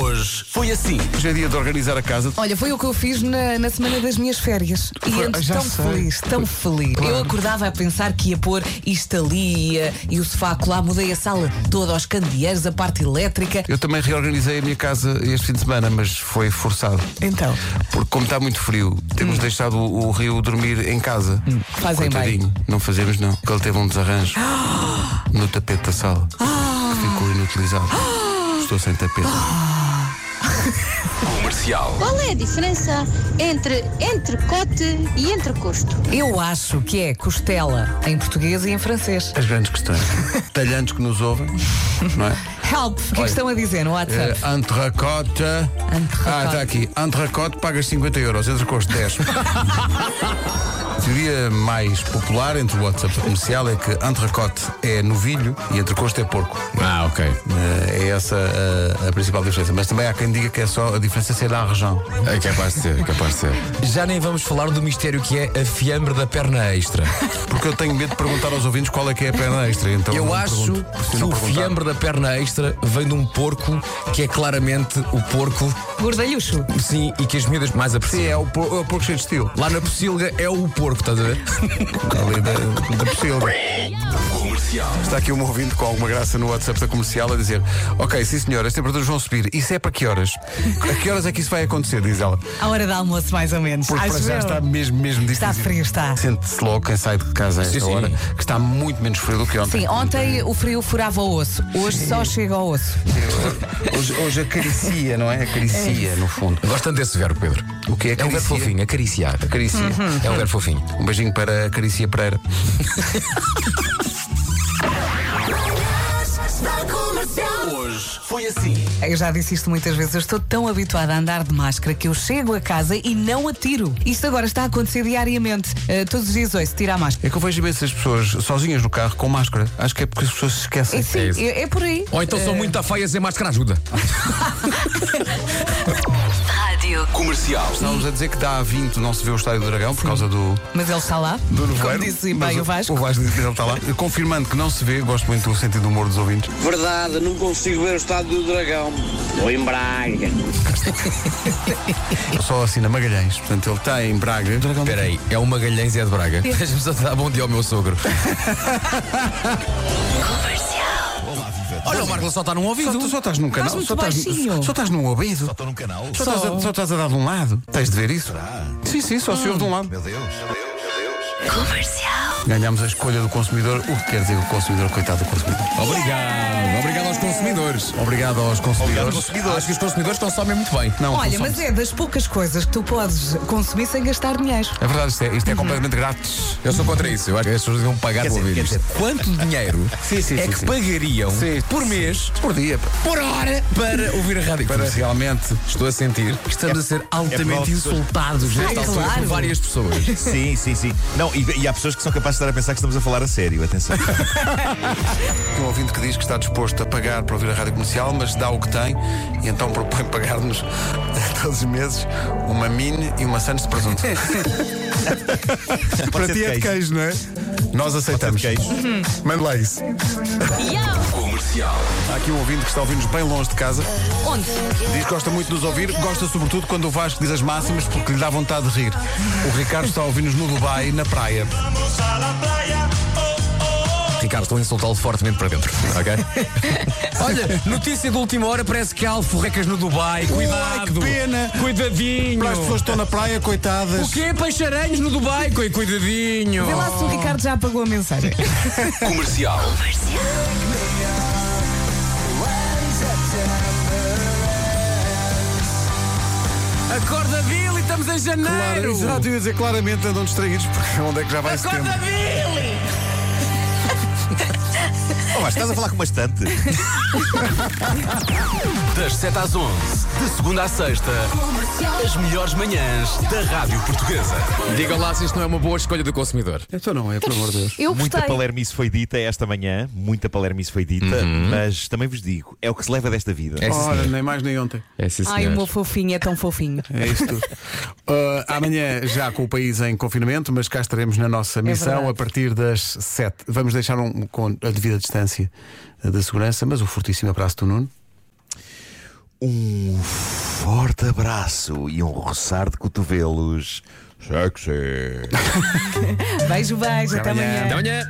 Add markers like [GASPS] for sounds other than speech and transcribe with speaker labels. Speaker 1: Hoje foi assim.
Speaker 2: Hoje é dia de organizar a casa.
Speaker 3: Olha, foi o que eu fiz na, na semana das minhas férias. E
Speaker 2: Foi-
Speaker 3: ando
Speaker 2: já
Speaker 3: tão
Speaker 2: sei.
Speaker 3: feliz, tão feliz. Eu acordava a pensar que ia pôr isto ali ia- e o sofá lá, mudei a sala toda, os candeeiros, a parte elétrica.
Speaker 2: Eu também reorganizei a minha casa este fim de semana, mas foi forçado.
Speaker 3: Então,
Speaker 2: Porque como está muito frio, temos deixado o, o Rio dormir em casa.
Speaker 3: fazem bem.
Speaker 2: Coitadinho, não fazemos não. Porque ele teve um desarranjo [GASPS] no tapete da [GASPS] sala. Que ficou [GASPS] inutilizado. Estou sem tapete.
Speaker 1: Comercial.
Speaker 4: Qual é a diferença entre entrecote e entrecosto?
Speaker 3: Eu acho que é costela em português e em francês.
Speaker 2: As grandes questões. Talhantes que nos ouvem, não [LAUGHS] é?
Speaker 3: Help! O que é que
Speaker 2: Olha,
Speaker 3: estão a dizer no
Speaker 2: Eh,
Speaker 3: WhatsApp?
Speaker 2: Antracote.
Speaker 3: Antracote.
Speaker 2: Ah, está aqui. Antracote pagas 50 euros, entrecosto
Speaker 1: [LAUGHS]
Speaker 2: 10. A teoria mais popular entre o WhatsApp da comercial é que antracote é novilho e entrecosto é porco.
Speaker 1: Ah, ok.
Speaker 2: Eh, É essa eh, a, principal diferença. Mas também há quem diga que é só a diferença ser lá a região.
Speaker 1: É capaz de ser, é capaz de ser. Já nem vamos falar do mistério que é a fiambre da perna [LAUGHS] extra.
Speaker 2: Porque eu tenho medo de perguntar aos ouvintes qual é que é a perna extra. Então
Speaker 1: Eu
Speaker 2: não
Speaker 1: acho
Speaker 2: pergunto, porque se
Speaker 1: que
Speaker 2: não
Speaker 1: o
Speaker 2: perguntar-
Speaker 1: fiambre da perna extra vem de um porco que é claramente o porco,
Speaker 2: é-
Speaker 3: Gordalhucho.
Speaker 1: sim, e que as miúdas mais
Speaker 2: Sim,
Speaker 1: apreciam.
Speaker 2: é o, por- é o porco cheio de estilo.
Speaker 1: Lá na Pocilga é o porco, estás a ver?
Speaker 2: Ali da, da Pocilga. Está aqui um ouvinte com alguma graça no WhatsApp da comercial a dizer: Ok, sim senhora, as temperaturas vão subir. Isso é para que horas? A que horas é que isso vai acontecer? Diz ela.
Speaker 3: À hora do almoço, mais ou menos.
Speaker 2: Porque para
Speaker 3: Acho
Speaker 2: já
Speaker 3: eu.
Speaker 2: está mesmo, mesmo difícil.
Speaker 3: Está frio, está.
Speaker 2: Sente-se logo quem sai de casa a esta
Speaker 1: Sim, sim.
Speaker 2: hora, que está muito menos frio do que ontem.
Speaker 3: Sim, ontem o frio furava o osso, hoje só chega ao osso.
Speaker 2: Hoje, hoje acaricia, não é? Acaricia, no fundo.
Speaker 1: Gosto tanto desse verbo, Pedro.
Speaker 2: O que é
Speaker 1: É um verbo
Speaker 2: acaricia?
Speaker 1: fofinho, acariciar.
Speaker 2: Acaricia.
Speaker 3: Uhum.
Speaker 1: É um verbo fofinho.
Speaker 2: Um beijinho para a Caricia Pereira.
Speaker 1: Hoje.
Speaker 3: Eu já disse isto muitas vezes, eu estou tão habituada a andar de máscara que eu chego a casa e não atiro. Isto agora está a acontecer diariamente. Eh, todos os dias hoje, se tira a máscara.
Speaker 2: É que eu vejo imensas pessoas sozinhas no carro com máscara. Acho que é porque as pessoas se esquecem.
Speaker 3: E sim,
Speaker 1: isso.
Speaker 3: é, é por aí.
Speaker 1: Ou então são muito afeias e máscara ajuda.
Speaker 2: Estávamos a dizer que dá a 20 não se vê o Estádio do Dragão por causa do,
Speaker 3: Mas ele está lá.
Speaker 2: do nevoeiro.
Speaker 3: Como disse
Speaker 2: Mas
Speaker 3: bem o Vasco.
Speaker 2: O Vasco disse que ele está
Speaker 3: [LAUGHS]
Speaker 2: lá. Confirmando que não se vê, gosto muito do sentido do humor dos ouvintes.
Speaker 5: Verdade, não consigo ver o estado do dragão. Ou em Braga.
Speaker 2: Só assina Magalhães. Portanto, ele está em Braga. Dragão
Speaker 1: Espera aí, é o Magalhães e é de Braga. Deixa-me só dar bom dia ao meu sogro. Olha, o Marco só está num
Speaker 2: Só,
Speaker 1: ouvido.
Speaker 2: tu só Um estás num canal.
Speaker 3: muito
Speaker 2: Só estás,
Speaker 3: baixinho.
Speaker 2: só estás num ouvido. Só estou num canal. Só, Estás a, só estás a dar de um lado. Tens de ver isso? Sim, sim, só se ouve de um lado. Meu Deus, meu Deus, meu Deus. Comercial. Ganhámos a escolha do consumidor. O que quer dizer o consumidor, coitado do consumidor.
Speaker 1: Obrigado. Obrigado aos consumidores.
Speaker 2: Obrigado aos consumidores.
Speaker 1: Acho que os consumidores consomem muito bem.
Speaker 2: Não,
Speaker 3: Olha,
Speaker 2: consome.
Speaker 3: mas é das poucas coisas que tu podes consumir sem gastar dinheiro.
Speaker 2: É verdade, isto é, isto é completamente grátis.
Speaker 1: Eu sou contra isso. Eu acho que as pessoas deviam pagar por ouvir isto. Quanto dinheiro
Speaker 2: [LAUGHS] Sim, sim,
Speaker 1: é
Speaker 2: sim,
Speaker 1: que
Speaker 2: sim.
Speaker 1: pagariam
Speaker 2: Sim,
Speaker 1: por mês,
Speaker 2: Por dia, pá.
Speaker 1: por hora, para ouvir a rádio?
Speaker 2: para
Speaker 1: comercial?
Speaker 2: realmente
Speaker 1: Estou a sentir que estamos a ser
Speaker 6: é
Speaker 1: altamente
Speaker 6: por-
Speaker 1: insultados nesta
Speaker 3: Ai,
Speaker 1: altura por
Speaker 3: claro.
Speaker 1: várias pessoas.
Speaker 6: Sim, sim, sim. Não, e, e há pessoas que são capazes de estar a pensar que estamos a falar a sério, atenção.
Speaker 2: [LAUGHS] um ouvinte que diz que está disposto a pagar para ouvir a rádio comercial, mas dá o que tem e então propõe [LAUGHS] pagar-nos eh, todos os meses uma mini e uma Santos de presunto.
Speaker 6: Pode ser de queijo.
Speaker 2: não é? [LAUGHS] Nós aceitamos.
Speaker 6: Pode ser de
Speaker 2: Manda lá isso. Há aqui um ouvinte que está a ouvir-nos bem longe de casa.
Speaker 3: Onde?
Speaker 2: Diz que gosta muito de nos ouvir, gosta sobretudo quando o Vasco diz as máximas porque lhe dá vontade de rir. O Ricardo está a ouvir-nos no Dubai, na praia.
Speaker 1: Ricardo, estou a insultá-lo fortemente para dentro, ok? [LAUGHS] Olha, notícia de última hora, parece que há alforrecas no Dubai. Cuidado!
Speaker 2: que pena.
Speaker 1: Cuidadinho!
Speaker 2: Para as pessoas que estão na praia, coitadas.
Speaker 1: O quê? Peixaranhos no Dubai? Coi, Cuidadinho!
Speaker 3: Vê lá se o Ricardo já apagou a mensagem.
Speaker 1: Acorda, Billy, estamos em
Speaker 2: Claro,
Speaker 1: janeiro!
Speaker 2: exato, eu ia dizer claramente andam distraídos, porque [LAUGHS] onde é que já vai setembro?
Speaker 1: Acorda, Billy!
Speaker 6: Oh, mas estás a falar com bastante.
Speaker 7: Das 7 às 11, de segunda à sexta, as melhores manhãs da Rádio Portuguesa.
Speaker 1: Digam lá se isto não é uma boa escolha do consumidor.
Speaker 2: Então não é, pelo amor de Deus.
Speaker 3: Eu
Speaker 6: Muita
Speaker 3: gostei.
Speaker 6: palermice foi dita esta manhã, muita palermice foi dita, mas também vos digo, é o que se leva desta vida.
Speaker 1: É sim,
Speaker 2: Ora,
Speaker 1: senhor.
Speaker 2: nem mais nem ontem.
Speaker 1: É sim,
Speaker 3: Ai, o meu
Speaker 1: senhor.
Speaker 3: fofinho é tão fofinho.
Speaker 2: É isto.
Speaker 1: [LAUGHS]
Speaker 2: Uh, amanhã já com o país em confinamento, mas cá estaremos na nossa missão
Speaker 3: verdade.
Speaker 2: a partir das 7. Vamos deixar um, com a devida distância uh, da segurança, mas o fortíssimo abraço do Nuno.
Speaker 1: Um forte abraço e um roçar de cotovelos. Sexy.
Speaker 8: Beijo, beijo, até amanhã.
Speaker 3: Até amanhã.